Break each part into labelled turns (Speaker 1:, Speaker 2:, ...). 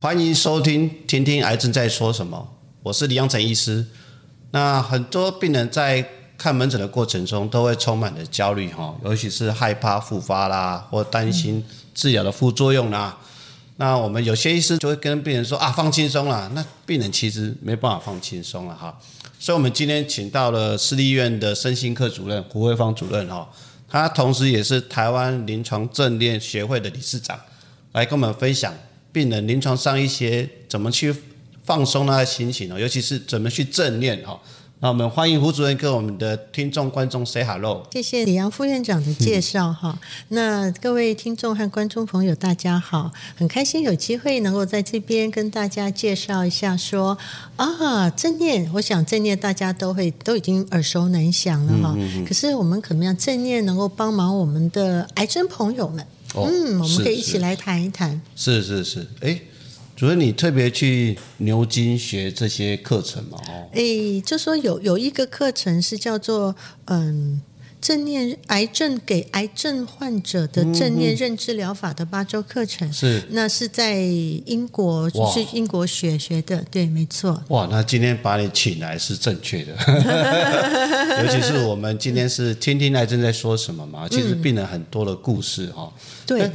Speaker 1: 欢迎收听《听听癌症在说什么》，我是李阳成医师。那很多病人在看门诊的过程中，都会充满了焦虑哈，尤其是害怕复发啦，或担心治疗的副作用啦。那我们有些医师就会跟病人说啊，放轻松啦。那病人其实没办法放轻松了哈。所以，我们今天请到了私立医院的身心科主任胡慧芳主任哈，他同时也是台湾临床正念协会的理事长，来跟我们分享病人临床上一些怎么去放松他的心情哦，尤其是怎么去正念哈。那我们欢迎胡主任跟我们的听众观众 say hello。
Speaker 2: 谢谢李阳副院长的介绍哈、那各位听众和观众朋友，大家好，很开心有机会能够在这边跟大家介绍一下说啊，正念，我想正念大家都会都已经耳熟能详了
Speaker 1: 嗯
Speaker 2: 哈、可是我们怎么样正念能够帮忙我们的癌症朋友们？
Speaker 1: 哦
Speaker 2: 嗯，我
Speaker 1: 是
Speaker 2: 们可以一
Speaker 1: 是
Speaker 2: 起来谈一谈。
Speaker 1: 是是是，哎，主任你特别去牛津学这些课程嘛？哦，
Speaker 2: 诶，就说有有一个课程是叫做嗯。正念癌症给癌症患者的
Speaker 1: 嗯
Speaker 2: 正念认知疗法的八周课程，
Speaker 1: 是
Speaker 2: 那是在英国，
Speaker 1: 哇
Speaker 2: 是英国学学的，对，没错。
Speaker 1: 哇，那今天把你请来是正确 的，尤其是我们今天是听听癌症在说什么嘛，其实
Speaker 2: 嗯
Speaker 1: 病人很多的故事哈、哦。
Speaker 2: 对
Speaker 1: 那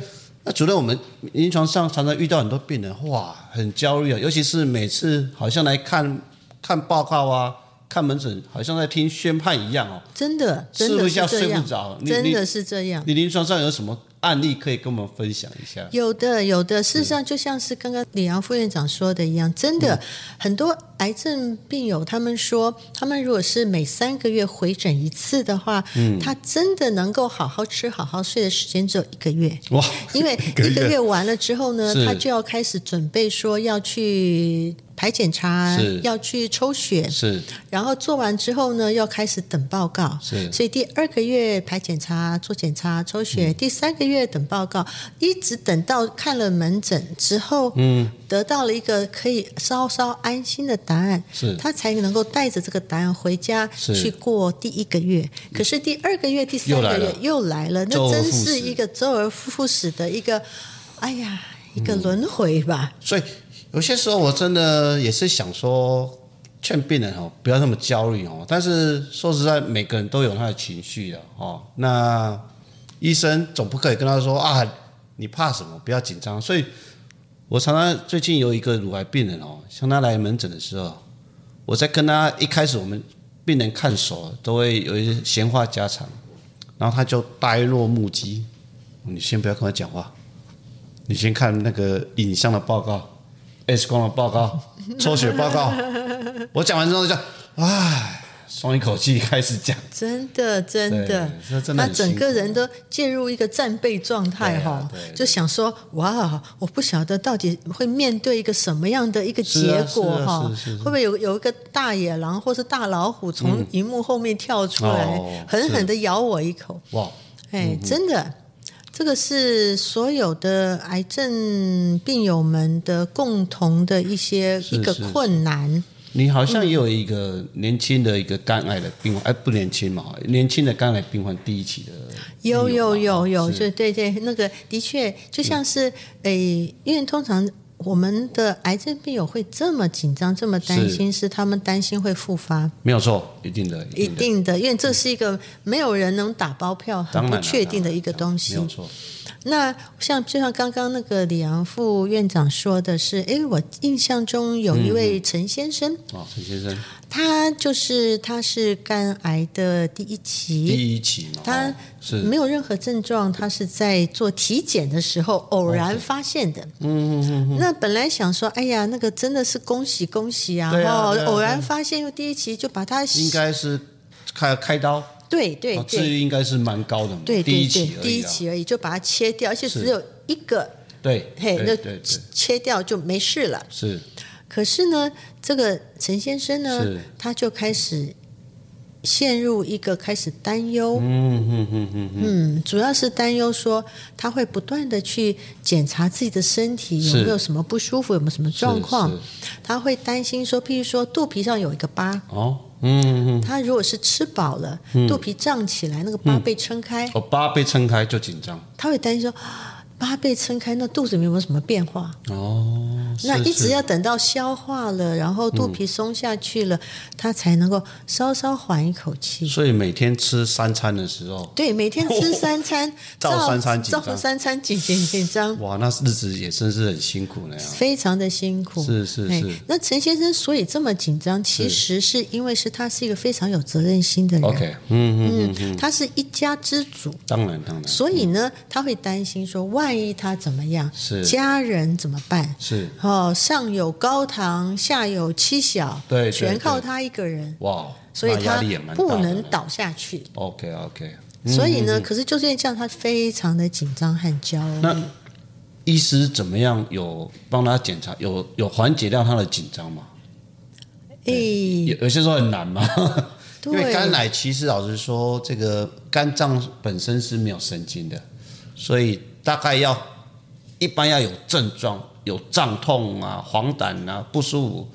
Speaker 1: 那主任，我们临床上常常遇到很多病人，哇，很焦虑啊，尤其是每次好像来看看报告啊，看门诊，好像在听宣判一样哦。
Speaker 2: 真的，
Speaker 1: 是
Speaker 2: 真
Speaker 1: 不
Speaker 2: 的
Speaker 1: 是要
Speaker 2: 是这
Speaker 1: 睡
Speaker 2: 样
Speaker 1: 不着，你
Speaker 2: 真
Speaker 1: 你
Speaker 2: 的是这样。
Speaker 1: 你临床上有什么案例可以跟我们分享一下？
Speaker 2: 有的，有的，事实上就像是刚刚李阳副院长说的一样，真
Speaker 1: 嗯
Speaker 2: 的、很多癌症病友，他们说，他们如果是每三个月回诊一次的话，
Speaker 1: 嗯
Speaker 2: 他真的能够好好吃、好好睡的时间只有一个 月。
Speaker 1: 哇，
Speaker 2: 因为
Speaker 1: 一个
Speaker 2: 一个月完了之后呢
Speaker 1: 是，
Speaker 2: 他就要开始准备说要去排检查
Speaker 1: 是，
Speaker 2: 要去抽血，
Speaker 1: 是
Speaker 2: 然后做完之后呢，要开始等报告。
Speaker 1: 是
Speaker 2: 所以第二个月排检查、做检查、抽血，
Speaker 1: 嗯
Speaker 2: 第三个月等报告，一直等到看了门诊之后，嗯，得到了一个可以稍稍安心的答案，
Speaker 1: 是
Speaker 2: 他才能够带着这个答案回家
Speaker 1: 是
Speaker 2: 去过第一个月。可是第二个月、第三
Speaker 1: 又来
Speaker 2: 个
Speaker 1: 了
Speaker 2: 月又来了，
Speaker 1: 周而
Speaker 2: 那真
Speaker 1: 复
Speaker 2: 是
Speaker 1: 始
Speaker 2: 一个周而复始的一个，哎呀，一个
Speaker 1: 嗯
Speaker 2: 轮回吧。
Speaker 1: 所以有些时候我真的也是想说，劝病人哦，不要那么焦虑哦。但是说实在，每个人都有他的情绪的哦。那医生总不可以跟他说啊，你怕什么？不要紧张。所以我常常最近有一个乳癌病人哦，像他来门诊的时候，我在跟他一开始我们病人看熟了，都会有一些闲话家常，然后他就呆若木鸡。哦你先不要跟他讲话，你先看那个影像的报告、X 光的报告、 抽血报告。我讲完之后就，唉，松一口气开始讲。
Speaker 2: 真的，真的
Speaker 1: 对，这真的
Speaker 2: 他
Speaker 1: 很
Speaker 2: 整
Speaker 1: 辛
Speaker 2: 个
Speaker 1: 苦啊
Speaker 2: 人都介入一个战备状态
Speaker 1: 对
Speaker 2: 哈、
Speaker 1: 啊对
Speaker 2: 就想说，哇，我不晓得到底会面对一个什么样的一个
Speaker 1: 是啊
Speaker 2: 结果
Speaker 1: 是啊
Speaker 2: 哈、
Speaker 1: 是是是
Speaker 2: 会不会有有一个大野狼或是大老虎从荧幕后面跳出来，
Speaker 1: 哦嗯
Speaker 2: 狠狠
Speaker 1: 是
Speaker 2: 的咬我一口？
Speaker 1: 哇，
Speaker 2: 哎，真的，这个是所有的癌症病友们的共同的一些
Speaker 1: 是
Speaker 2: 一个
Speaker 1: 是
Speaker 2: 困难。
Speaker 1: 你好像也有一个年轻的一个肝癌的病患，哎，不年轻嘛，年轻的肝癌病患第一期的
Speaker 2: 有有有有，
Speaker 1: 是
Speaker 2: 就对对，那个的确就像是诶、因为通常我们的癌症病友会这么紧张、这么担心，是他们担心会复发，
Speaker 1: 没有错，一定的，
Speaker 2: 一
Speaker 1: 的，
Speaker 2: 定的，因为这是一个没有人能打包票、
Speaker 1: 当然
Speaker 2: 很不
Speaker 1: 了
Speaker 2: 确定的一个
Speaker 1: 当然
Speaker 2: 东
Speaker 1: 了
Speaker 2: 西
Speaker 1: 没有。错，
Speaker 2: 那像就像刚刚那个李阳副院长说的是，诶，我印象中有一
Speaker 1: 嗯
Speaker 2: 位陈先生，
Speaker 1: 哦，陈先生
Speaker 2: 他就是他是肝癌的第一期，
Speaker 1: 第一期嘛，
Speaker 2: 他
Speaker 1: 哦是
Speaker 2: 没有任何症状，他是在做体检的时候偶
Speaker 1: 哦
Speaker 2: 然发现的。嗯嗯嗯。那本来想说，哎呀，那个真的是恭喜恭喜啊！
Speaker 1: 对啊
Speaker 2: 哦
Speaker 1: 对啊，
Speaker 2: 偶然发现又第一期就把它
Speaker 1: 应该是开开刀，
Speaker 2: 对对
Speaker 1: 哦治
Speaker 2: 对
Speaker 1: 愈应该是蛮高的嘛，
Speaker 2: 对对
Speaker 1: 第一
Speaker 2: 对
Speaker 1: 期，而
Speaker 2: 第一
Speaker 1: 已啊，
Speaker 2: 期而已就把它切掉，而且
Speaker 1: 是
Speaker 2: 只有一个，
Speaker 1: 对，
Speaker 2: 嘿，
Speaker 1: 对
Speaker 2: 那
Speaker 1: 对对
Speaker 2: 切掉就没事了。
Speaker 1: 是
Speaker 2: 可是呢，这个陈先生呢
Speaker 1: 是，
Speaker 2: 他就开始陷入一个开始担忧，嗯嗯嗯嗯主要是担忧说他会不断的去检查自己的身体有
Speaker 1: 是
Speaker 2: 没有什么不舒服，有没有什么状况，他会担心说，譬如说肚皮上有一个疤，
Speaker 1: 哦，嗯，嗯嗯
Speaker 2: 他如果是吃饱了，肚皮胀起来，那个疤被撑开，
Speaker 1: 我疤被撑开就紧张，
Speaker 2: 他会担心说。八被撑开，那肚子里面有没有什么变化？
Speaker 1: 哦，
Speaker 2: 那
Speaker 1: 是
Speaker 2: 一直
Speaker 1: 是
Speaker 2: 要等到消化了，然后肚皮松下去了，
Speaker 1: 嗯
Speaker 2: 它才能够稍稍缓一口气。
Speaker 1: 所以每天吃三餐的时候，
Speaker 2: 对，每天吃三餐，
Speaker 1: 照三餐紧
Speaker 2: 照
Speaker 1: 张
Speaker 2: 三餐紧紧紧张，
Speaker 1: 哇，那日子也真是很辛苦那样。
Speaker 2: 非常的辛苦。
Speaker 1: 是是
Speaker 2: 哎
Speaker 1: 是
Speaker 2: 那陈先生所以这么紧张，其实是因为是他是一个非常有责任心的人
Speaker 1: OK，嗯嗯，
Speaker 2: 嗯，他是一家之主。
Speaker 1: 当然当然
Speaker 2: 所以呢，他会担心说，万一他怎么样，
Speaker 1: 是
Speaker 2: 家人怎么办？
Speaker 1: 是
Speaker 2: 哦，上有高堂，下有妻小，
Speaker 1: 对对
Speaker 2: 全靠
Speaker 1: 对
Speaker 2: 他一个人。
Speaker 1: 哇，
Speaker 2: 所以
Speaker 1: 那压
Speaker 2: 他
Speaker 1: 力也蛮大
Speaker 2: 不
Speaker 1: 的嗯
Speaker 2: 能。倒下去。
Speaker 1: OK OK，
Speaker 2: 所以呢，可是就是因为这样，他非常的紧张和焦虑。
Speaker 1: 那医师怎么样有帮他检查，有有缓解掉他的紧张吗？
Speaker 2: 诶，
Speaker 1: 有有些时候很难嘛，因
Speaker 2: 哎对，
Speaker 1: 为肝癌其实老实说，这个肝脏本身是没有神经的，所以大概要一般要有症状，有胀痛啊、黄疸啊、不舒服，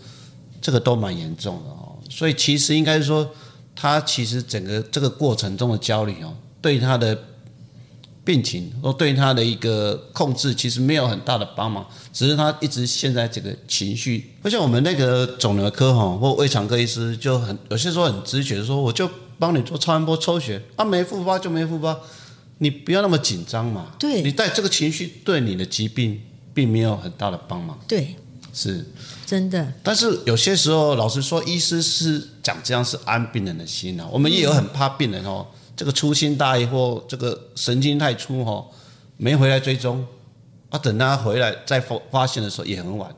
Speaker 1: 这个都蛮严重的哦。所以其实应该说，他其实整个这个过程中的焦虑哦，对他的病情或对他的一个控制，其实没有很大的帮忙，只是他一直陷在这个情绪。而且我们那个肿瘤科哈或胃肠科医师就很有些时候很直觉地说，我就帮你做超音波抽血，啊没复发就没复发，你不要那么紧张嘛。
Speaker 2: 对
Speaker 1: 你带这个情绪对你的疾病并没有很大的帮忙，
Speaker 2: 对，
Speaker 1: 是。
Speaker 2: 真的
Speaker 1: 但是有些时候，老实说，医师是讲这样是安病人的心啊。我们也有很怕病人哦，这个粗心大意或这个神经太粗哦，没回来追踪，啊，等他回来再发发现的时候也很晚。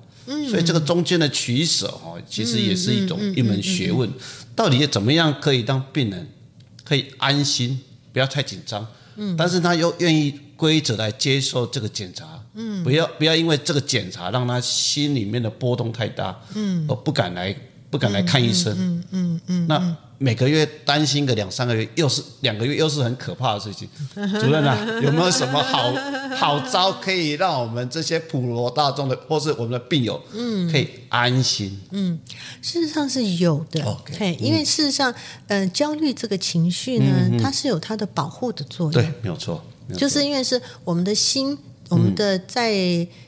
Speaker 1: 所以这个中间的取舍哦，其实也是一种一门学问，到底怎么样可以让病人可以安心，不要太紧张。嗯，但是他又愿意规则来接受这个检查，嗯，不要不要因为这个检查让他心里面的波动太大，嗯，而不敢来不敢来看医生，嗯嗯嗯，那每个月担心个两三个月，又是两个月又是很可怕的事 情。主任啊，有没有什么好 好招可以让我们这些普罗大众的或是我们的病友，嗯，可以安心？
Speaker 2: 事实上是有的。
Speaker 1: OK，嗯
Speaker 2: 嘿因为事实上，呃，焦虑这个情绪呢，它是有它的保护的作用
Speaker 1: 对。，没有错，没有错
Speaker 2: 就是因为是我们的心，我们的在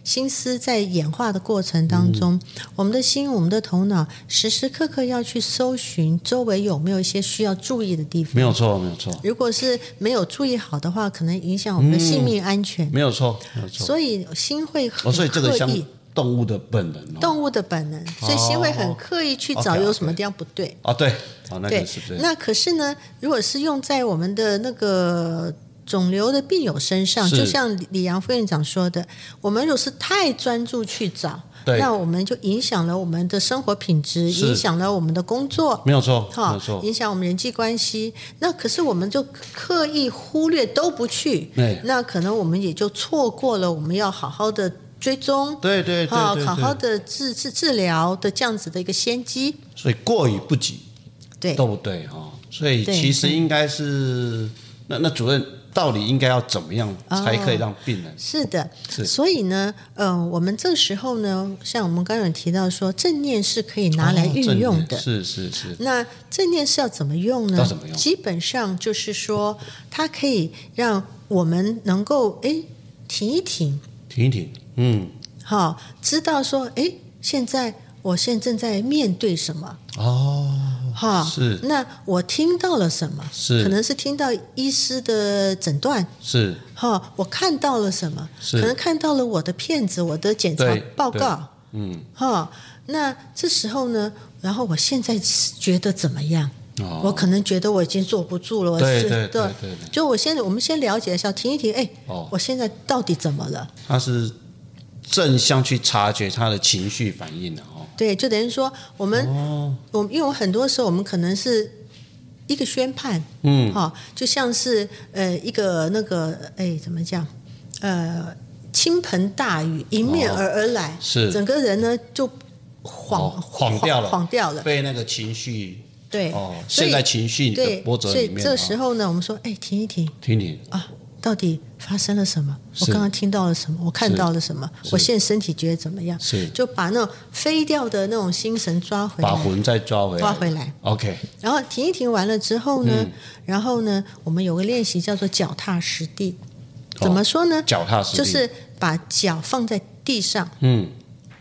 Speaker 2: 心思在演化的过程当中，
Speaker 1: 嗯
Speaker 2: 我们的心，我们的头脑时时刻刻要去搜寻周围有没有一些需要注意的地方。
Speaker 1: 没有错，没有错，
Speaker 2: 如果是没有注意好的话，可能影响我们的性命安全。
Speaker 1: 没有错，嗯没有错。
Speaker 2: 所以心会很刻意、
Speaker 1: 哦，所以这个像动物的本能哦。
Speaker 2: 动物的本能，所以心会很刻意去找
Speaker 1: OK，OK
Speaker 2: 有什么地方不对。
Speaker 1: 啊，对，哦，那
Speaker 2: 对
Speaker 1: 个是对，，
Speaker 2: 那可是呢，如果是用在我们的那个肿瘤的病友身上，
Speaker 1: 是
Speaker 2: 就像李李阳副院长说的，我们如果是太专注去找，
Speaker 1: 对
Speaker 2: 那我们就影响了我们的生活品质，
Speaker 1: 是
Speaker 2: 影响了我们的工作。
Speaker 1: 没有错，没
Speaker 2: 哈
Speaker 1: 有，错，
Speaker 2: 影响我们人际关系。那可是我们就刻意忽略，都不去
Speaker 1: 对。
Speaker 2: 那可能我们也就错过了我们要好好的追踪，
Speaker 1: 对对对
Speaker 2: 哈，
Speaker 1: 对
Speaker 2: 好好
Speaker 1: 对，
Speaker 2: 的治治治疗的这样子的一个先机。
Speaker 1: 所以过于不及，
Speaker 2: 对，
Speaker 1: 对不对哈、哦？所以
Speaker 2: 对
Speaker 1: 其实
Speaker 2: 对
Speaker 1: 应该是，那那主任到底应该要怎么样才可以让病人？
Speaker 2: 是的，
Speaker 1: 是
Speaker 2: 所以呢，呃，我们这时候呢，像我们刚刚有提到说，正念是可以拿来运用的。
Speaker 1: 哦正是是是，
Speaker 2: 那正念是要怎么用呢？
Speaker 1: 要怎么用
Speaker 2: 基本上就是说，它可以让我们能够诶停一停，
Speaker 1: 停一停，嗯，
Speaker 2: 哈、知道说，诶，现在我现在正在面对什么，
Speaker 1: 哦，
Speaker 2: 哈、
Speaker 1: 是
Speaker 2: 那我听到了什么？
Speaker 1: 是
Speaker 2: 可能是听到医师的诊断，
Speaker 1: 是
Speaker 2: 哈、我看到了什么？
Speaker 1: 是
Speaker 2: 可能看到了我的片子，我的检查
Speaker 1: 对
Speaker 2: 报告，
Speaker 1: 嗯，
Speaker 2: 哈、那这时候呢，然后我现在觉得怎么样？
Speaker 1: 哦，
Speaker 2: 我可能觉得我已经坐不住了，我
Speaker 1: 对
Speaker 2: 是
Speaker 1: 对对对对
Speaker 2: 就我先我们先了解一下，停一停，哎，
Speaker 1: 哦
Speaker 2: 我现在到底怎么了？
Speaker 1: 他是正向去察觉他的情绪反应的哦，
Speaker 2: 对，就等于说我们、
Speaker 1: 哦，
Speaker 2: 我们因为我很多时候我们可能是一个宣判，
Speaker 1: 嗯，
Speaker 2: 哈、就像是呃一个那个哎怎么讲呃倾盆大雨迎面
Speaker 1: 哦
Speaker 2: 而而来，
Speaker 1: 是
Speaker 2: 整个人呢就晃
Speaker 1: 哦晃掉了
Speaker 2: 晃掉了，
Speaker 1: 被那个情绪
Speaker 2: 对，
Speaker 1: 哦，
Speaker 2: 所以
Speaker 1: 陷在情绪的
Speaker 2: 对
Speaker 1: 波，折
Speaker 2: 所
Speaker 1: 里
Speaker 2: 以
Speaker 1: 面，
Speaker 2: 这
Speaker 1: 哦
Speaker 2: 时候呢，我们说哎停一停
Speaker 1: 停停，
Speaker 2: 啊，到底发生了什么？我
Speaker 1: 是
Speaker 2: 刚刚听到了什么？我看
Speaker 1: 是
Speaker 2: 到了什么？我现在身体觉得怎么样？
Speaker 1: 是
Speaker 2: 就把那种飞掉的那种心神抓回来，
Speaker 1: 把魂再抓回来，
Speaker 2: 抓回来。
Speaker 1: OK，
Speaker 2: 然后
Speaker 1: 嗯
Speaker 2: 停一停完了之后呢，然后呢，我们有个练习叫做脚踏实地。怎么说呢？
Speaker 1: 哦脚踏实地，
Speaker 2: 就是把脚放在地上，
Speaker 1: 嗯，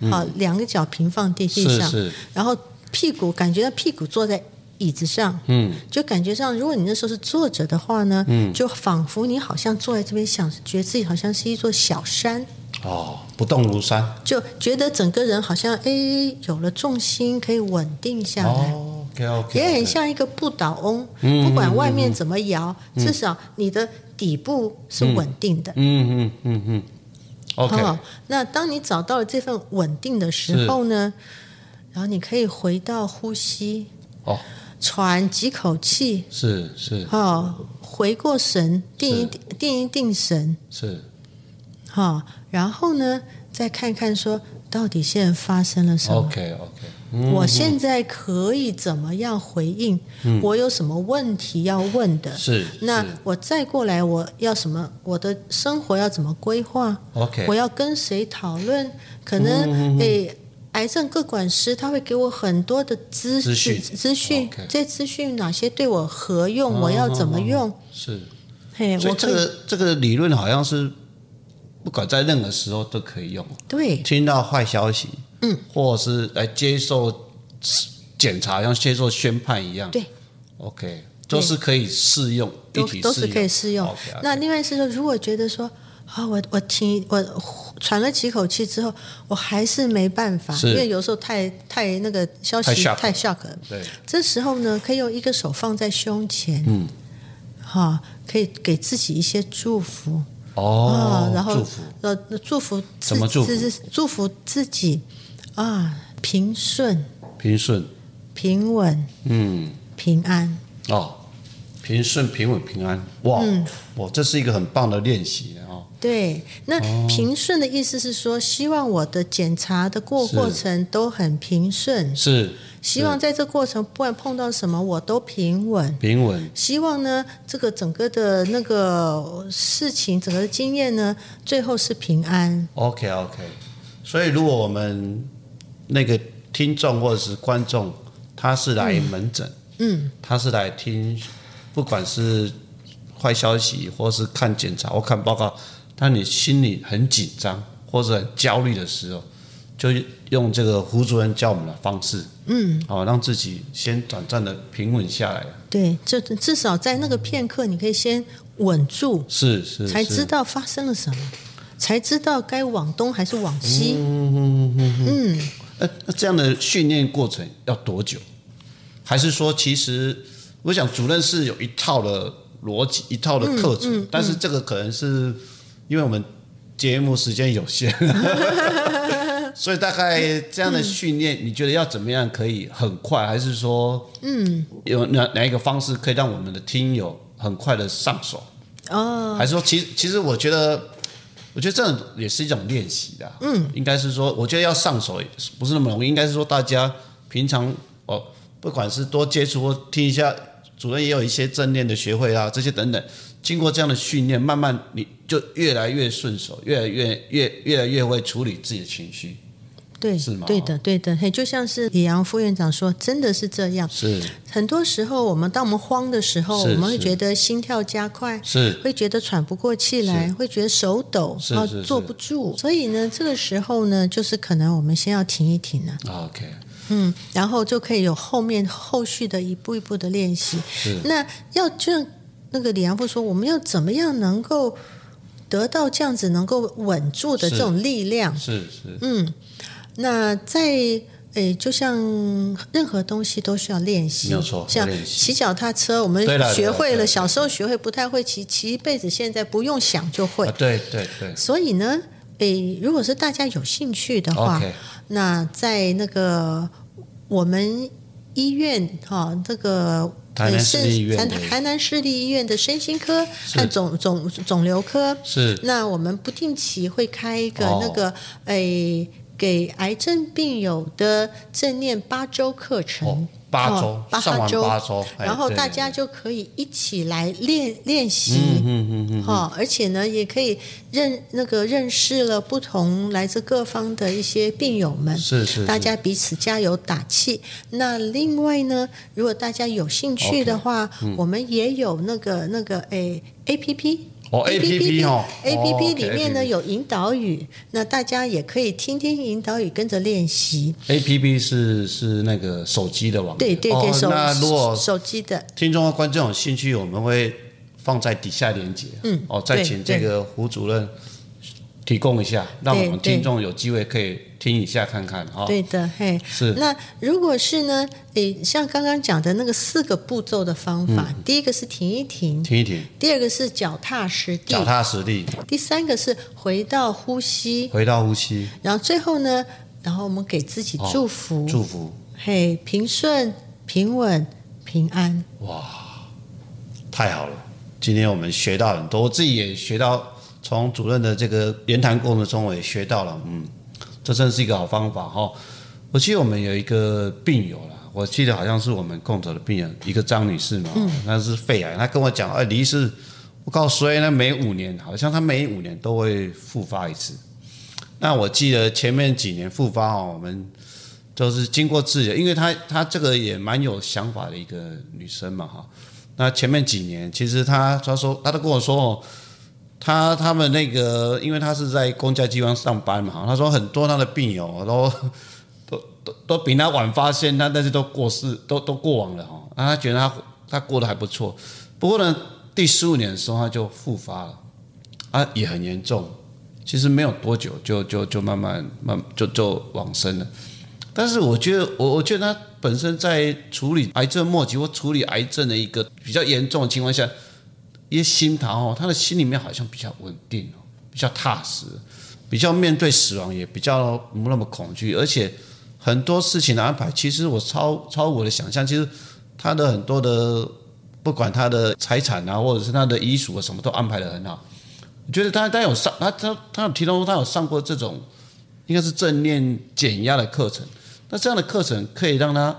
Speaker 2: 好，两个脚平放地地
Speaker 1: 是
Speaker 2: 上，
Speaker 1: 是，
Speaker 2: 然后屁股感觉到屁股坐在椅子上，
Speaker 1: 嗯，
Speaker 2: 就感觉上，如果你那时候是坐着的话呢，就仿佛你好像坐在这边想，觉得自己好像是一座小山，
Speaker 1: 哦，不动如山。
Speaker 2: 就觉得整个人好像哎有了重心，可以稳定下来。
Speaker 1: 哦，OK OK，
Speaker 2: 也很像一个不倒翁，
Speaker 1: 嗯
Speaker 2: 不管外面怎么摇，至少你的底部是稳定的。
Speaker 1: 嗯嗯嗯嗯，OK，
Speaker 2: 哦，那当你找到了这份稳定的时候呢，然后你可以回到呼吸，
Speaker 1: 哦，
Speaker 2: 喘几口气，
Speaker 1: 是是
Speaker 2: 哦，回过神，定一
Speaker 1: 是
Speaker 2: 定一定神，
Speaker 1: 是，
Speaker 2: 哈、哦，然后呢，再看看说到底现在发生了什么。
Speaker 1: OK OK，嗯，嗯
Speaker 2: 我现在可以怎么样回应？我有什么问题要问的？
Speaker 1: 是
Speaker 2: 那
Speaker 1: 是
Speaker 2: 我再过来，我要什么？我的生活要怎么规划？
Speaker 1: OK，
Speaker 2: 我要跟谁讨论？可
Speaker 1: 嗯
Speaker 2: 能诶、癌症各管师他会给我很多的资
Speaker 1: 资讯
Speaker 2: 资资讯
Speaker 1: OK，嗯
Speaker 2: 这资讯哪些对我合用？我要怎么用？
Speaker 1: 是，
Speaker 2: 嘿，
Speaker 1: 嗯所
Speaker 2: 我
Speaker 1: 以这
Speaker 2: 可以
Speaker 1: 个这个理论好像是不管在任何时候都可以用，
Speaker 2: 对
Speaker 1: 听到坏消息，嗯，或者是来接受检查，像接受宣判一样，
Speaker 2: 对
Speaker 1: ，OK，都是可以适用，一
Speaker 2: 都
Speaker 1: 体
Speaker 2: 都是可以
Speaker 1: 适
Speaker 2: 适用。
Speaker 1: OK，
Speaker 2: 那另外是说，如果觉得说啊，我我听我喘了几口气之后，我还是没办法，
Speaker 1: 是
Speaker 2: 因为有时候太太那个消
Speaker 1: 太
Speaker 2: 息
Speaker 1: shock
Speaker 2: 太 shock 了。
Speaker 1: 对，
Speaker 2: 这时候呢，可以用一个手放在胸前，嗯，哈、可以给自己一些祝福
Speaker 1: 哦
Speaker 2: 啊，然后
Speaker 1: 祝福
Speaker 2: 呃祝福自
Speaker 1: 怎么祝福
Speaker 2: 自祝福自己啊，平顺、
Speaker 1: 平顺，
Speaker 2: 平稳、
Speaker 1: 嗯，
Speaker 2: 平安。
Speaker 1: 哦，平顺平稳平安，哇，
Speaker 2: 嗯
Speaker 1: 哇，这是一个很棒的练习哦，
Speaker 2: 对，那平顺的意思是说，希望我的检查的过
Speaker 1: 是
Speaker 2: 过程都很平顺，
Speaker 1: 是
Speaker 2: 希望在这过程不管碰到什么我都平稳。
Speaker 1: 平稳，
Speaker 2: 希望呢，这个整个的那个事情，整个的经验呢，最后是平安。
Speaker 1: OK OK，所以如果我们那个听众或者是观众，他是来门诊，
Speaker 2: 嗯，
Speaker 1: 他是来听，不管是坏消息或是看检查或看报告，当你心里很紧张或者很焦虑的时候，就用这个胡主任教我们的方式，嗯，好、让自己先短暂的平稳下来，
Speaker 2: 对，这至少在那个片刻，你可以先稳住，
Speaker 1: 是是，
Speaker 2: 才
Speaker 1: 是
Speaker 2: 知道发生了什么，才知道该往东还是往西。
Speaker 1: 嗯呃，那这样的训练过程要多久？还是说，其实我想主任是有一套的逻辑、一套的课程，但是这个可能是因为我们节目时间有限，所以大概这样的训练，你觉得要怎么样可以很快？还是说，嗯，有哪哪一个方式可以让我们的听友很快的上手？
Speaker 2: 哦，
Speaker 1: 还是说其实其实我觉得，我觉得这种也是一种练习的。嗯，应该是说，我觉得要上手不是那么容易，应该是说大家平常哦，不管是多接触或听一下，主任也有一些正念的学会啊，这些等等，经过这样的训练，慢慢你就越来越顺手，越来越越越来越会处理自己的情绪。
Speaker 2: 对，
Speaker 1: 是吗
Speaker 2: 对的，对的，嘿，就像是李阳副院长说，真的是这样。
Speaker 1: 是
Speaker 2: 很多时候，我们当我们慌的时候，
Speaker 1: 是
Speaker 2: 我们会
Speaker 1: 是
Speaker 2: 觉得心跳加快，
Speaker 1: 是
Speaker 2: 会觉得喘不过气来，会觉得手抖，
Speaker 1: 是
Speaker 2: 然后
Speaker 1: 是是
Speaker 2: 坐不住。所以呢，这个时候呢，就是可能我们先要停一停了，
Speaker 1: ，OK，
Speaker 2: 嗯，然后就可以有后面后续的一步一步的练习。那要就像那个李阳富说，我们要怎么样能够得到这样子能够稳住的
Speaker 1: 是
Speaker 2: 这种力量？
Speaker 1: 是是
Speaker 2: 嗯那在诶，就像任何东西都需要练习，
Speaker 1: 没有错
Speaker 2: 像
Speaker 1: 要练习
Speaker 2: 骑脚踏车，我们
Speaker 1: 对了
Speaker 2: 学会
Speaker 1: 对了对
Speaker 2: 了，
Speaker 1: 了
Speaker 2: 小时候学会不太会骑，骑一辈子，现在不用想就会。
Speaker 1: 啊，对对对
Speaker 2: 所以呢，诶，如果是大家有兴趣的话
Speaker 1: ，OK，
Speaker 2: 那在那个我们医院哈、这个。
Speaker 1: 台南
Speaker 2: 呃
Speaker 1: 市立医院
Speaker 2: 是
Speaker 1: 的
Speaker 2: 台台南市立医院的身心科
Speaker 1: 是
Speaker 2: 和肿肿肿瘤科，
Speaker 1: 是
Speaker 2: 那我们不定期会开一个
Speaker 1: 哦
Speaker 2: 那个诶、给癌症病友的正念八周课程，
Speaker 1: 哦，八周、
Speaker 2: 哦八
Speaker 1: 上完
Speaker 2: 周
Speaker 1: 八周，哎
Speaker 2: 然后
Speaker 1: 对
Speaker 2: 大
Speaker 1: 对
Speaker 2: 家
Speaker 1: 对
Speaker 2: 就可以一起来练练习。
Speaker 1: 嗯嗯嗯，
Speaker 2: 哦，而且呢，也可以认那个认识了不同来自各方的一些病友们，
Speaker 1: 是是，
Speaker 2: 大
Speaker 1: 是
Speaker 2: 家彼此加油打气。那另外呢，
Speaker 1: 嗯
Speaker 2: 如果大家有兴趣的话我们也有那个那个诶 A P P
Speaker 1: 哦，A P P 哦
Speaker 2: A P P 里面呢
Speaker 1: 有
Speaker 2: 有引导语，那大家也可以听听引导语，跟着练习。
Speaker 1: A P P 是是那个手机的网页
Speaker 2: 对对对，
Speaker 1: 哦
Speaker 2: 手
Speaker 1: 那如果
Speaker 2: 手机的，
Speaker 1: 听众和观众有兴趣，我们会放在底下连接。
Speaker 2: 嗯
Speaker 1: 哦，再
Speaker 2: 对
Speaker 1: 请
Speaker 2: 对
Speaker 1: 这个胡主任提供一下，让我们
Speaker 2: 对
Speaker 1: 听众有机会可以听一下看看哈。哦，
Speaker 2: 对的，嘿。
Speaker 1: 是
Speaker 2: 那如果是呢？诶，像刚刚讲的那个四个步骤的方法，
Speaker 1: 嗯
Speaker 2: 第一个是停一停，
Speaker 1: 听一听，
Speaker 2: 第二个是脚踏实地
Speaker 1: 脚，踏实地，
Speaker 2: 第三个是回到呼吸，
Speaker 1: 回到呼吸，
Speaker 2: 然后最后呢，然后我们给自己
Speaker 1: 哦
Speaker 2: 祝福，
Speaker 1: 祝福。
Speaker 2: 嘿，平顺、平稳、平安。
Speaker 1: 太好了！今天我们学到很多，我自己也学到，从主任的这个言谈过程中我也学到了，嗯，这真是一个好方法哈、我记得我们有一个病友啦，我记得好像是我们共同的病人，一个张女士嘛，那是肺癌，她跟我讲，哎，离世，我告诉你，哎那每五年，好像她每五年都会复发一次。那我记得前面几年复发哦，我们就是经过治疗，因为她她这个也蛮有想法的一个女生嘛哈、那前面几年，其实他他说他都跟我说哦，他他们那个，因为他是在公家机关上班嘛，他说很多他的病友哦都都都都比他晚发现，他但是都过世，都都过往了哈。那他觉得他他过得还不错，不过呢，第十五年的时候他就复发了，啊，也很严重。其实没有多久就就就慢慢慢就就往生了。但是我觉得，我我觉得他本身在处理癌症末期或处理癌症的一个比较严重的情况下，一些心疼哦，他的心里面好像比较稳定哦，比较踏实，比较面对死亡也比较不那么恐惧，而且很多事情的安排，其实我超超我的想象，其实他的很多的不管他的财产啊，或者是他的遗属啊，什么都安排的很好。我觉得他他有上他他他有提到说他有上过这种应该是正念减压的课程。那这样的课程可以让他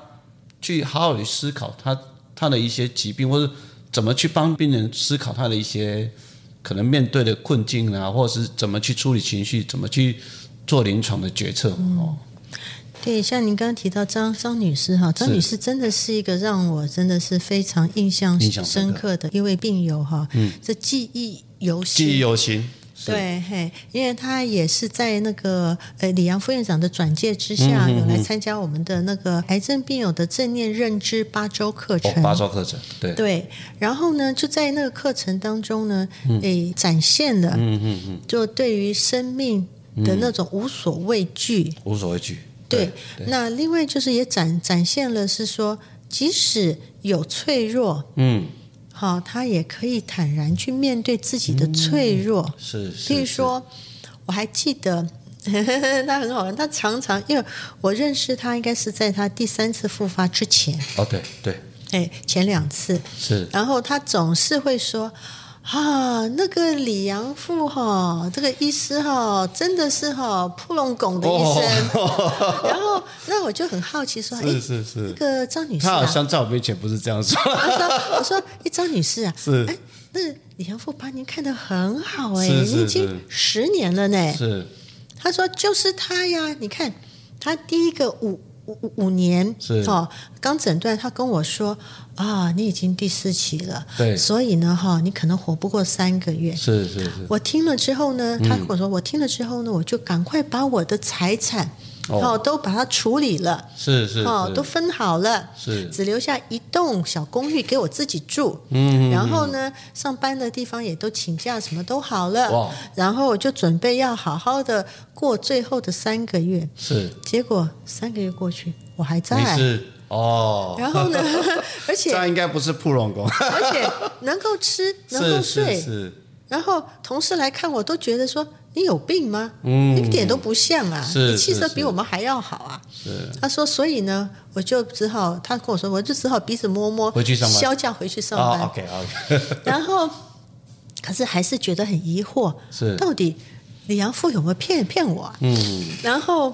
Speaker 1: 去好好的思考他他的一些疾病，或者怎么去帮病人思考他的一些可能面对的困境啊，或者是怎么去处理情绪，怎么去做临床的决策。
Speaker 2: 嗯
Speaker 1: 哦，
Speaker 2: 对，像您刚刚提到张张女士哈，张
Speaker 1: 是
Speaker 2: 女士真的是一个让我真的是非常印象
Speaker 1: 印象深
Speaker 2: 深
Speaker 1: 刻
Speaker 2: 刻的一位病友哈，嗯，这记忆犹新，
Speaker 1: 记忆犹新。是，
Speaker 2: 对，嘿，因为他也是在那个呃李阳副院长的转介之下，
Speaker 1: 嗯
Speaker 2: 有来参加我们的那个癌症病友的正念认知八周课
Speaker 1: 哦
Speaker 2: 程。，
Speaker 1: 八周课程，对，
Speaker 2: 对，然后呢，就在那个课程当中呢，诶、展现了，嗯嗯嗯，就对于生命的那种无所畏惧，
Speaker 1: 无所畏惧。
Speaker 2: 对，那另外就是也展展现了是说，即使有脆弱，
Speaker 1: 嗯，
Speaker 2: 好、他也可以坦然去面对自己的脆弱。
Speaker 1: 是。是
Speaker 2: 譬如，说，我还记得 他很好玩，他常常因为我认识他，应该是在他第三次复发之前，
Speaker 1: 是哦，对对，
Speaker 2: 哎，前两次，
Speaker 1: 是
Speaker 2: 然后他总是会说。啊，那个李阳富哈，这个医师哈，真的是哈
Speaker 1: 哦
Speaker 2: 扑龙拱的医 生。然后，那我就很好奇说，哎
Speaker 1: 是，是是
Speaker 2: 那，个张女士
Speaker 1: 他好，
Speaker 2: 啊
Speaker 1: 像在我面前不是这样说。
Speaker 2: 我说，我说，哎，张女士啊，
Speaker 1: 是
Speaker 2: 哎，那个李阳富把您看得很好哎、
Speaker 1: 是是
Speaker 2: 您已
Speaker 1: 是
Speaker 2: 经十年了呢。
Speaker 1: 是
Speaker 2: 他说就是他呀，你看他第一个五五五五年
Speaker 1: 是
Speaker 2: 哦，刚诊断，他跟我说啊，你已经第四期了，
Speaker 1: 对
Speaker 2: 所以呢哈、你可能活不过三个月。
Speaker 1: 是嗯是是，
Speaker 2: 我听了之后呢，他跟我说，我听了之后呢，我就赶快把我的财产
Speaker 1: 哦
Speaker 2: 哦都把它处理了，
Speaker 1: 是是
Speaker 2: 哦
Speaker 1: 是
Speaker 2: 都分好了，
Speaker 1: 是
Speaker 2: 只留下一栋小公寓给我自己住，嗯，然后呢，上班的地方也都请假，什么都好
Speaker 1: 哇
Speaker 2: 了，然后我就准备要好好的过最后的三个月，
Speaker 1: 是，
Speaker 2: 结果三个月过去，我还
Speaker 1: 没
Speaker 2: 在，
Speaker 1: 事哦。
Speaker 2: 然后呢，而
Speaker 1: 这
Speaker 2: 且
Speaker 1: 样应该不是普龙宫，
Speaker 2: 而且能够吃，能够
Speaker 1: 是是
Speaker 2: 睡，
Speaker 1: 是
Speaker 2: 然后同事来看我都觉得说你有病吗？一点都不像啊，
Speaker 1: 嗯是
Speaker 2: 你气色
Speaker 1: 是是
Speaker 2: 比我们还要好啊。
Speaker 1: 是，
Speaker 2: 他说，所以呢，我就只好他跟我说，我就只好鼻子摸摸，
Speaker 1: 回去上班
Speaker 2: 休假回去上班。
Speaker 1: 哦，OK OK，
Speaker 2: 然后，可是还是觉得很疑惑，
Speaker 1: 是
Speaker 2: 到底李阳富有没有骗骗我、啊？
Speaker 1: 嗯，
Speaker 2: 然后。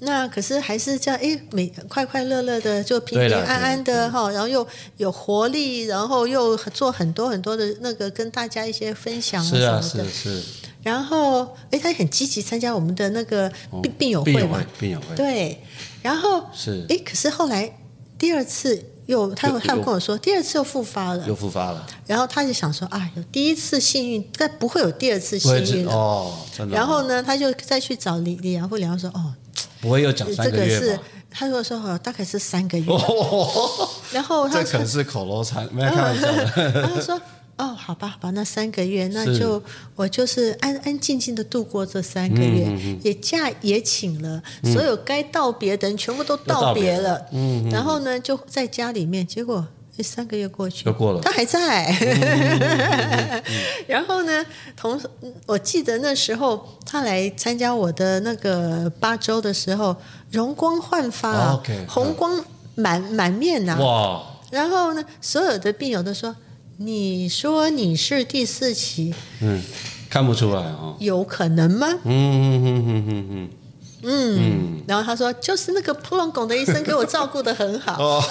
Speaker 2: 那可是还是这样，哎，每快快乐乐的，就平
Speaker 1: 对
Speaker 2: 平
Speaker 1: 啦
Speaker 2: 安安的哈，然后又有活力，然后又做很多很多的那个跟大家一些分享啊
Speaker 1: 是啊
Speaker 2: 什么的
Speaker 1: 是。是，
Speaker 2: 然后，哎，他也很积极参加我们的那个病病友
Speaker 1: 哦病
Speaker 2: 会
Speaker 1: 友
Speaker 2: 嘛
Speaker 1: 会，病友会，
Speaker 2: 对。然后
Speaker 1: 是
Speaker 2: 哎，可是后来第二次又他
Speaker 1: 又
Speaker 2: 他有
Speaker 1: 又
Speaker 2: 跟我说，第二次又复发了，
Speaker 1: 又复发了，
Speaker 2: 然后他就想说啊，有第一次幸运，但不会有第二次
Speaker 1: 不
Speaker 2: 幸
Speaker 1: 会
Speaker 2: 运
Speaker 1: 是
Speaker 2: 了。
Speaker 1: 哦，真的哦。
Speaker 2: 然后呢，他就再去找李李阳护理然后说哦，
Speaker 1: 不会又讲
Speaker 2: 这
Speaker 1: 三
Speaker 2: 个
Speaker 1: 月
Speaker 2: 是
Speaker 1: 吧？
Speaker 2: 他说说哦，大概是三个月。
Speaker 1: 哦，
Speaker 2: 然后他
Speaker 1: 这
Speaker 2: 说
Speaker 1: 可能是口头禅，没有开玩笑的。
Speaker 2: 嗯然后说：“哦，好吧，把那三个月，那
Speaker 1: 是
Speaker 2: 就我就是安安静静的度过这三个月，
Speaker 1: 嗯
Speaker 2: 也假也请了，所有该道别的人全部都道别了。嗯，然后呢，就在家里面，结果这三个月过去，
Speaker 1: 又过了嗯
Speaker 2: 他还在。然后呢，同我记得那时候他来参加我的那个八周的时候，容光焕发、
Speaker 1: 哦，OK，
Speaker 2: 红光满满面呐、
Speaker 1: 哇，
Speaker 2: 然后呢，所有的病友都说：“你说你是第四期，
Speaker 1: 嗯，看不出来哦。
Speaker 2: 有可能吗
Speaker 1: 嗯嗯嗯嗯嗯嗯，？”
Speaker 2: 嗯，然后他说：“就是那个普隆拱的医生给我照顾的很好。
Speaker 1: 哦，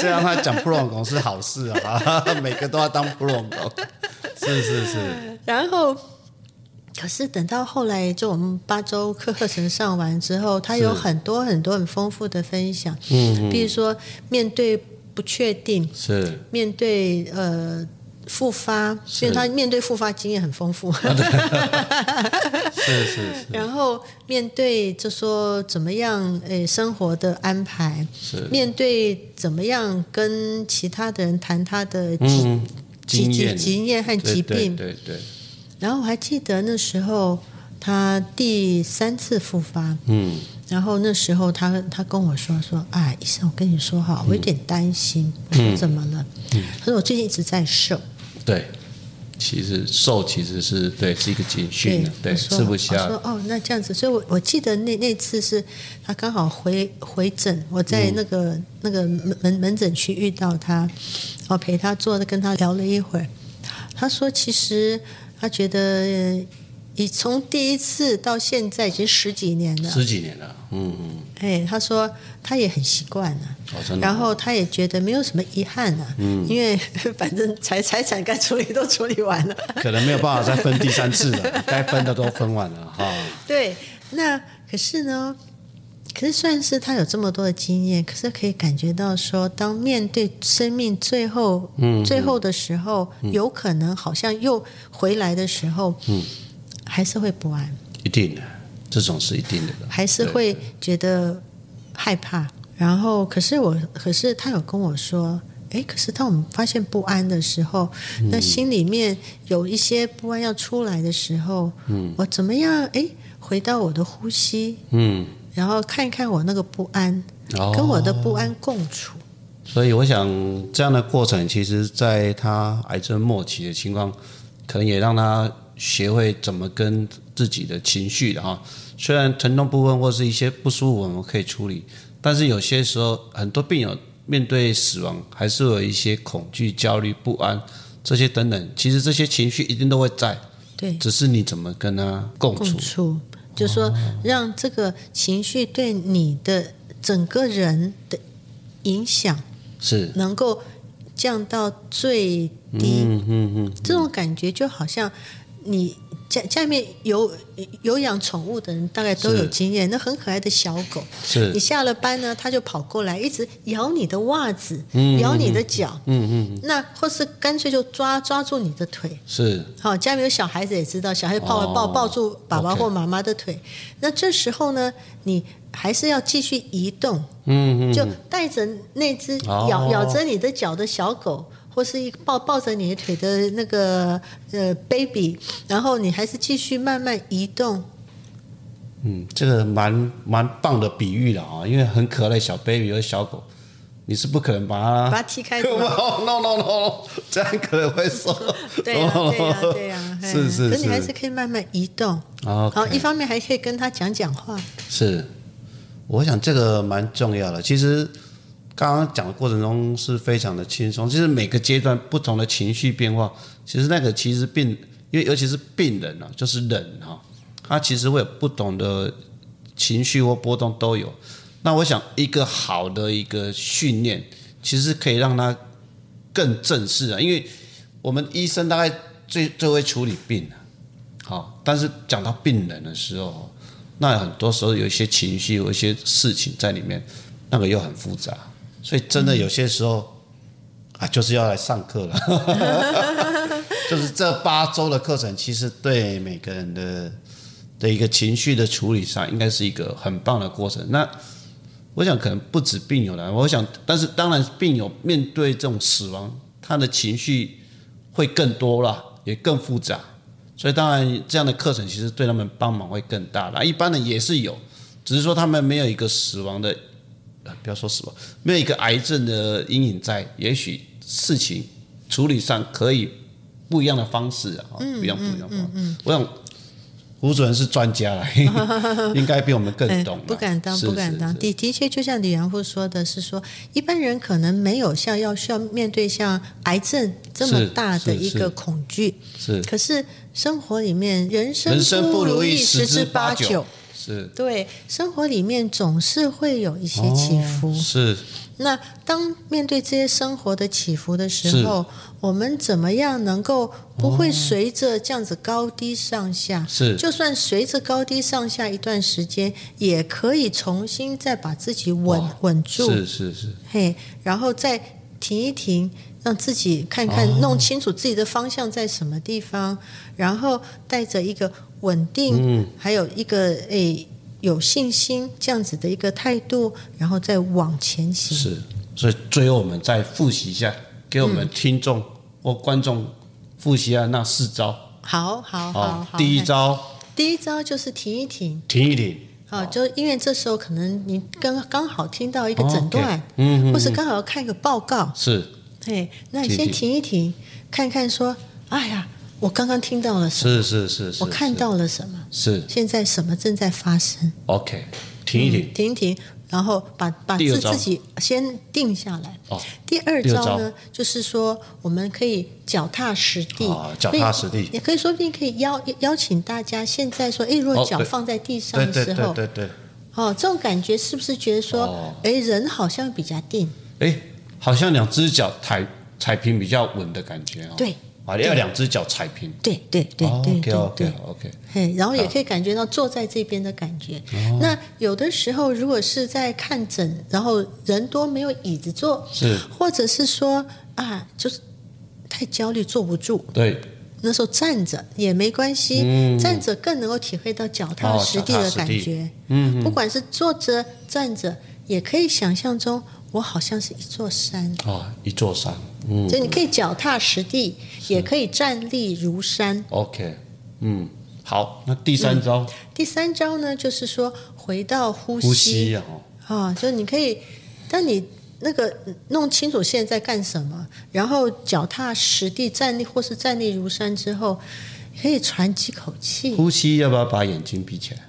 Speaker 1: 这样他讲普朗拱是好事啊，每个都要当普朗拱，是是是，
Speaker 2: 然后，可是等到后来，就我们八周课课程上完之后，他有很多很多很丰富的分享，
Speaker 1: 嗯
Speaker 2: 比如说面对不确定，
Speaker 1: 是
Speaker 2: 面对呃。复发，所以他面对复发经验很丰
Speaker 1: 啊
Speaker 2: 富。
Speaker 1: 是是是
Speaker 2: 然后面对就说怎么样，诶，生活的安排，
Speaker 1: 是，
Speaker 2: 面对怎么样跟其他的人谈他的疾、
Speaker 1: 嗯，
Speaker 2: 疾
Speaker 1: 经
Speaker 2: 疾
Speaker 1: 验
Speaker 2: 经验和疾
Speaker 1: 对对
Speaker 2: 病。
Speaker 1: 对对，
Speaker 2: 然后我还记得那时候他第三次复发，
Speaker 1: 嗯，
Speaker 2: 然后那时候他他跟我说说啊，医生，我跟你说哈，
Speaker 1: 嗯
Speaker 2: 我有点担心，我说怎么了？他说我最近一直在瘦，
Speaker 1: 对。其实瘦其实是对是一个警讯啊对，
Speaker 2: 我说
Speaker 1: 吃不
Speaker 2: 我说
Speaker 1: 下，
Speaker 2: 哦，那这样子，所以我我记得那那次是他刚好回回诊，我在那个、
Speaker 1: 嗯
Speaker 2: 那个门门门诊区遇到他，我陪他坐着跟他聊了一会儿，他说其实他觉得。呃以从第一次到现在已经十几年了，
Speaker 1: 十几年了，嗯嗯，
Speaker 2: 哎，他说他也很习惯了、
Speaker 1: 哦真的，嗯
Speaker 2: 然后他也觉得没有什么遗憾啊，因为 反正财财产该处理都处理完了，
Speaker 1: 可能没有 办法再分第三次了，该分的都分完了哈。
Speaker 2: 对，那可是呢，可是算是他有这么多的经验，可是可以感觉到说，当面对生命最后、最后的时候，有可能好像又回来的时候，嗯，还是会不安，
Speaker 1: 一定的，这种是一定的啦，
Speaker 2: 还是
Speaker 1: 对
Speaker 2: 会觉得害怕。然后，可是我，可是他有跟我说。诶，可是当我们发现不安的时候，那心里面有一些不安要出来的时候，嗯，我怎么样？诶，回到我的呼吸，
Speaker 1: 嗯，
Speaker 2: 然后看一看我那个不安，
Speaker 1: 哦
Speaker 2: 跟我的不安共处。
Speaker 1: 所以我想这样的过程，其实在他癌症末期的情况，可能也让他学会怎么跟自己的情绪的哈。虽然疼痛部分或是一些不舒服，我们可以处理，但是有些时候，很多病友面对死亡，还是有一些恐惧、焦虑、不安这些等等。其实这些情绪一定都会在，
Speaker 2: 对，
Speaker 1: 只是你怎么跟他共
Speaker 2: 共
Speaker 1: 处。哦
Speaker 2: 处，就说让这个情绪对你的整个人的影响
Speaker 1: 是，
Speaker 2: 能够降到最低。
Speaker 1: 嗯嗯嗯，
Speaker 2: 这种感觉就好像你。家家里面有有养宠物的人，大概都有
Speaker 1: 是
Speaker 2: 经验。那很可爱的小狗，
Speaker 1: 是
Speaker 2: 你，下了班呢，它就跑过来，一直咬你的袜子，咬你的脚，
Speaker 1: 嗯嗯
Speaker 2: 那或是干脆就抓抓住你的腿。
Speaker 1: 是，
Speaker 2: 好，家里有小孩子也知道，小孩抱
Speaker 1: 哦
Speaker 2: 抱抱住爸爸
Speaker 1: OK
Speaker 2: 或妈妈的腿。那这时候呢，你还是要继续移动，
Speaker 1: 嗯嗯，
Speaker 2: 就带着那只
Speaker 1: 哦
Speaker 2: 咬咬着你的脚的小狗，或是一个抱抱着你的腿的那个呃 baby，然后你还是继续慢慢移动。
Speaker 1: 嗯，这个蛮蛮棒的比喻了啊、因为很可爱的小 baby 和小狗，你是不可能把它
Speaker 2: 把它踢开
Speaker 1: no
Speaker 2: 的
Speaker 1: no no no，这样可能会 瘦。
Speaker 2: 对
Speaker 1: 啊
Speaker 2: 呀、对呀、对呀、嘿
Speaker 1: 哦 是啊是啊
Speaker 2: 可你还是
Speaker 1: 是
Speaker 2: 可以慢慢移动。
Speaker 1: o
Speaker 2: 然后一方面还可以跟他讲讲话，
Speaker 1: 是，我想这个蛮重要的。其实刚刚讲的过程中是非常的轻松，就是每个阶段不同的情绪变化，其实那个其实病，因为尤其是病人啊，就是人哈、他其实会有不同的情绪或波动都有。那我想一个好的一个训练，其实可以让他更正式啊，因为我们医生大概最最会处理病啊，好，但是讲到病人的时候，那很多时候有一些情绪，有一些事情在里面，那个又很复杂。所以真的有些时候、啊，就是要来上课了。就是这八周的课程，其实对每个人的的一个情绪的处理上，应该是一个很棒的过程。那我想可能不止病友了，我想，但是当然病友面对这种死亡，他的情绪会更多啦，也更复杂。所以当然这样的课程其实对他们帮忙会更大啦。一般人也是有，只是说他们没有一个死亡的，呃，不要说死亡，没有一个癌症的阴影在，也许事情处理上可以不一样的方式啊，
Speaker 2: 嗯
Speaker 1: 不一样不一样方式。我想胡主任是专家啦， 应该比我们更懂啦、啊
Speaker 2: 哎不敢当，
Speaker 1: 是
Speaker 2: 不敢
Speaker 1: 是
Speaker 2: 当。
Speaker 1: 是
Speaker 2: 的的确，就像李元富说的是说，一般人可能没有像要需要面对像癌症这么
Speaker 1: 是
Speaker 2: 大的
Speaker 1: 是
Speaker 2: 一
Speaker 1: 是
Speaker 2: 个恐惧，
Speaker 1: 是
Speaker 2: 可是生活里面人生
Speaker 1: 人生不
Speaker 2: 如
Speaker 1: 如意
Speaker 2: 十
Speaker 1: 十
Speaker 2: 之
Speaker 1: 之八
Speaker 2: 九，
Speaker 1: 九是
Speaker 2: 对，生活里面总是会有一些起伏。
Speaker 1: 哦是
Speaker 2: 那当面对这些生活的起伏的时候，我们怎么样能够不
Speaker 1: 哦
Speaker 2: 会随着这样子高低上下？
Speaker 1: 是
Speaker 2: 就算随着高低上下一段时间，也可以重新再把自己稳
Speaker 1: 哇
Speaker 2: 稳住，
Speaker 1: 是是是，
Speaker 2: 嘿，然后再停一停。让自己看看，
Speaker 1: 哦
Speaker 2: 弄清楚自己的方向在什么地方，然后带着一个稳定，
Speaker 1: 嗯
Speaker 2: 还有一个诶有信心这样子的一个态度，然后再往前行。
Speaker 1: 是，所以最后我们再复习一下，给我
Speaker 2: 嗯
Speaker 1: 们听众或观众复习一下那四招。
Speaker 2: 好好好
Speaker 1: 哦
Speaker 2: 好，，
Speaker 1: 第一
Speaker 2: 嘿，
Speaker 1: 招
Speaker 2: 第一招就是停一停，
Speaker 1: 停一停，
Speaker 2: 好，就因为这时候可能你刚刚好听到一个诊
Speaker 1: 哦
Speaker 2: 断
Speaker 1: OK，嗯嗯
Speaker 2: 或是刚好要看一个报告，
Speaker 1: 是
Speaker 2: 嘿，那你
Speaker 1: 停一
Speaker 2: 先
Speaker 1: 停
Speaker 2: 停一停，看看说，哎呀，我刚刚听到了什
Speaker 1: 是
Speaker 2: 么？
Speaker 1: 是是是，
Speaker 2: 我看到了什么？
Speaker 1: 是是
Speaker 2: 现在什么正在发生？嗯
Speaker 1: OK，停一停，
Speaker 2: 停一停，然后把把
Speaker 1: 第二
Speaker 2: 自
Speaker 1: 招
Speaker 2: 自己先定下来。
Speaker 1: 哦，
Speaker 2: 第二
Speaker 1: 第二
Speaker 2: 招呢
Speaker 1: 招，
Speaker 2: 就是说我们可以脚踏实地，
Speaker 1: 啊脚踏实地
Speaker 2: 所以也可以说不定可以邀邀请大家现在说，哎，如果
Speaker 1: 哦
Speaker 2: 脚
Speaker 1: 对
Speaker 2: 放在地上
Speaker 1: 对
Speaker 2: 的
Speaker 1: 对
Speaker 2: 时
Speaker 1: 对
Speaker 2: 候，
Speaker 1: 对对，
Speaker 2: 哦，这种感觉是不是觉得说
Speaker 1: 哦，
Speaker 2: 哎，人好像比较定，
Speaker 1: 哎，好像两只脚踩踩平比较稳的感觉哦。
Speaker 2: 对，
Speaker 1: 啊，要两只脚踩平。哦
Speaker 2: 对对对对对
Speaker 1: OK
Speaker 2: 对
Speaker 1: OK。OK，
Speaker 2: 嘿，然后也
Speaker 1: 好
Speaker 2: 可以感觉到坐在这边的感觉。
Speaker 1: 哦
Speaker 2: 那有的时候，如果是在看诊，然后人多没有椅子坐，
Speaker 1: 是
Speaker 2: 或者是说啊，就是太焦虑坐不住，
Speaker 1: 对，
Speaker 2: 那时候站着也没关系，站着更能够体会到脚踏实地的
Speaker 1: 嗯哦脚踏
Speaker 2: 感
Speaker 1: 实
Speaker 2: 觉。嗯，不管是坐着、站着，也可以想象中，我好像是一座山，
Speaker 1: 啊，一座山，嗯
Speaker 2: 所以你可以脚踏实地，也可以站立如山。
Speaker 1: ，OK，嗯，好，那第三招
Speaker 2: 第三招呢，就是说回到嗯呼
Speaker 1: 呼
Speaker 2: 吸
Speaker 1: 吸啊，哦
Speaker 2: 啊，就是你可以，当你那个弄清楚现在在干什么，然后脚踏实地站立或是站立如山之后，可以喘几口气，
Speaker 1: 呼吸要不要把眼睛闭起来？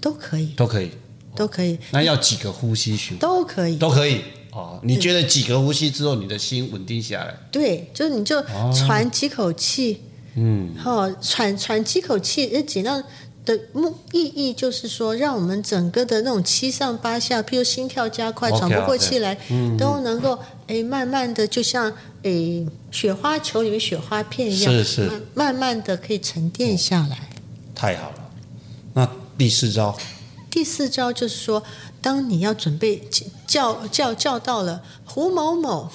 Speaker 2: 都可以，
Speaker 1: 都可以。
Speaker 2: 都可以。
Speaker 1: 那要几个呼吸循环？
Speaker 2: 都可以。
Speaker 1: 都可以哦。你觉得几个呼吸之后，你的心稳定下来？
Speaker 2: 对，就是你就喘几口气，嗯，哦，喘喘几口气，呃，尽量的目意义就是说，让我们整个的那种七上八下，譬如心哦跳嗯加快、
Speaker 1: OK，
Speaker 2: 喘不过
Speaker 1: OK
Speaker 2: 气来，都能够哎慢慢的，就像哎雪花球里面雪花片一样，
Speaker 1: 是是
Speaker 2: 慢慢慢的可以沉淀下来。
Speaker 1: 太好了。那第四招
Speaker 2: 第四招就是说，当你要准备叫叫叫到了胡某某，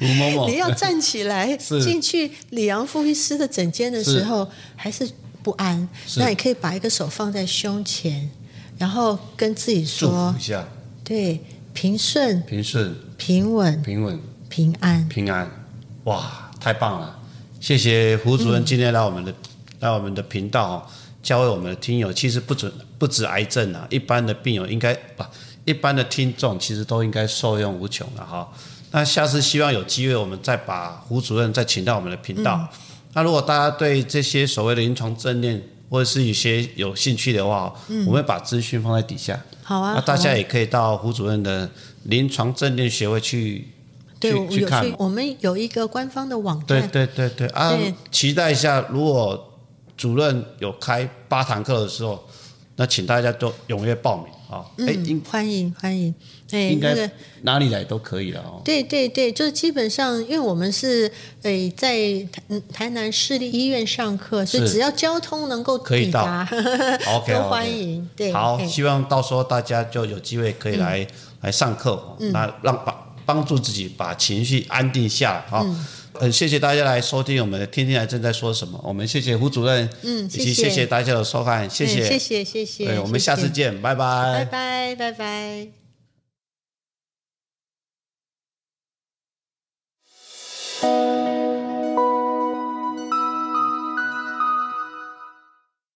Speaker 1: 吴某某
Speaker 2: 你要站起来
Speaker 1: 哦 是
Speaker 2: 进去李阳副医师的诊间的时候，还是不安。
Speaker 1: 是
Speaker 2: 那你可以把一个手放在胸前，然后跟自己
Speaker 1: 祝
Speaker 2: 说
Speaker 1: 福一下，：“
Speaker 2: 对，平顺、
Speaker 1: 平顺、
Speaker 2: 平稳、
Speaker 1: 平稳、
Speaker 2: 平安。
Speaker 1: 平安。哇，太棒了！谢谢胡主任今天来我们的、来我们的频道哦，教会我们的听友，其实不准不止癌症啊，一般的病友应该不、一般的听众其实都应该受用无穷了哈。那下次希望有机会，我们再把胡主任再请到我们的频道。那如果大家对这些所谓的临床正念或者是有些有兴趣的话，哦我们会把资讯放在底下。”
Speaker 2: 好啊，
Speaker 1: 那大
Speaker 2: 好
Speaker 1: 家
Speaker 2: 啊
Speaker 1: 也可以到胡主任的临床正念学会去
Speaker 2: 对我
Speaker 1: 去去
Speaker 2: 有
Speaker 1: 看
Speaker 2: 去，我们有一个官方的网
Speaker 1: 对
Speaker 2: 站，
Speaker 1: 对对对啊
Speaker 2: 对！
Speaker 1: 期待一下，如果主任有开八堂课的时候，那请大家都踊跃报名。好，哎、应
Speaker 2: 嗯，欢迎欢迎，哎，
Speaker 1: 应
Speaker 2: 那
Speaker 1: 该
Speaker 2: 个
Speaker 1: 哪里来都可以了哦。
Speaker 2: 对对对，就是基本上，因为我们是诶在台嗯台南市立医院上课，所以
Speaker 1: 是
Speaker 2: 只要交通能够
Speaker 1: 可以
Speaker 2: 抵达，
Speaker 1: OK，
Speaker 2: 都欢迎。对，嗯
Speaker 1: 好，
Speaker 2: 嘿
Speaker 1: 希望到时候大家就有机会可以来、来上课哦，
Speaker 2: 嗯
Speaker 1: 那让帮帮助自己把情绪安定下来啊。
Speaker 2: 嗯
Speaker 1: 很谢谢大家来收听我们的《天天来正在说什么》，我们谢谢胡主任，
Speaker 2: 嗯
Speaker 1: 以
Speaker 2: 谢谢
Speaker 1: 及谢谢大家的收看，谢
Speaker 2: 嗯
Speaker 1: 谢，
Speaker 2: 谢谢谢谢，
Speaker 1: 对，我们
Speaker 2: 谢
Speaker 1: 下
Speaker 2: 谢
Speaker 1: 次见，拜
Speaker 2: 拜拜拜拜。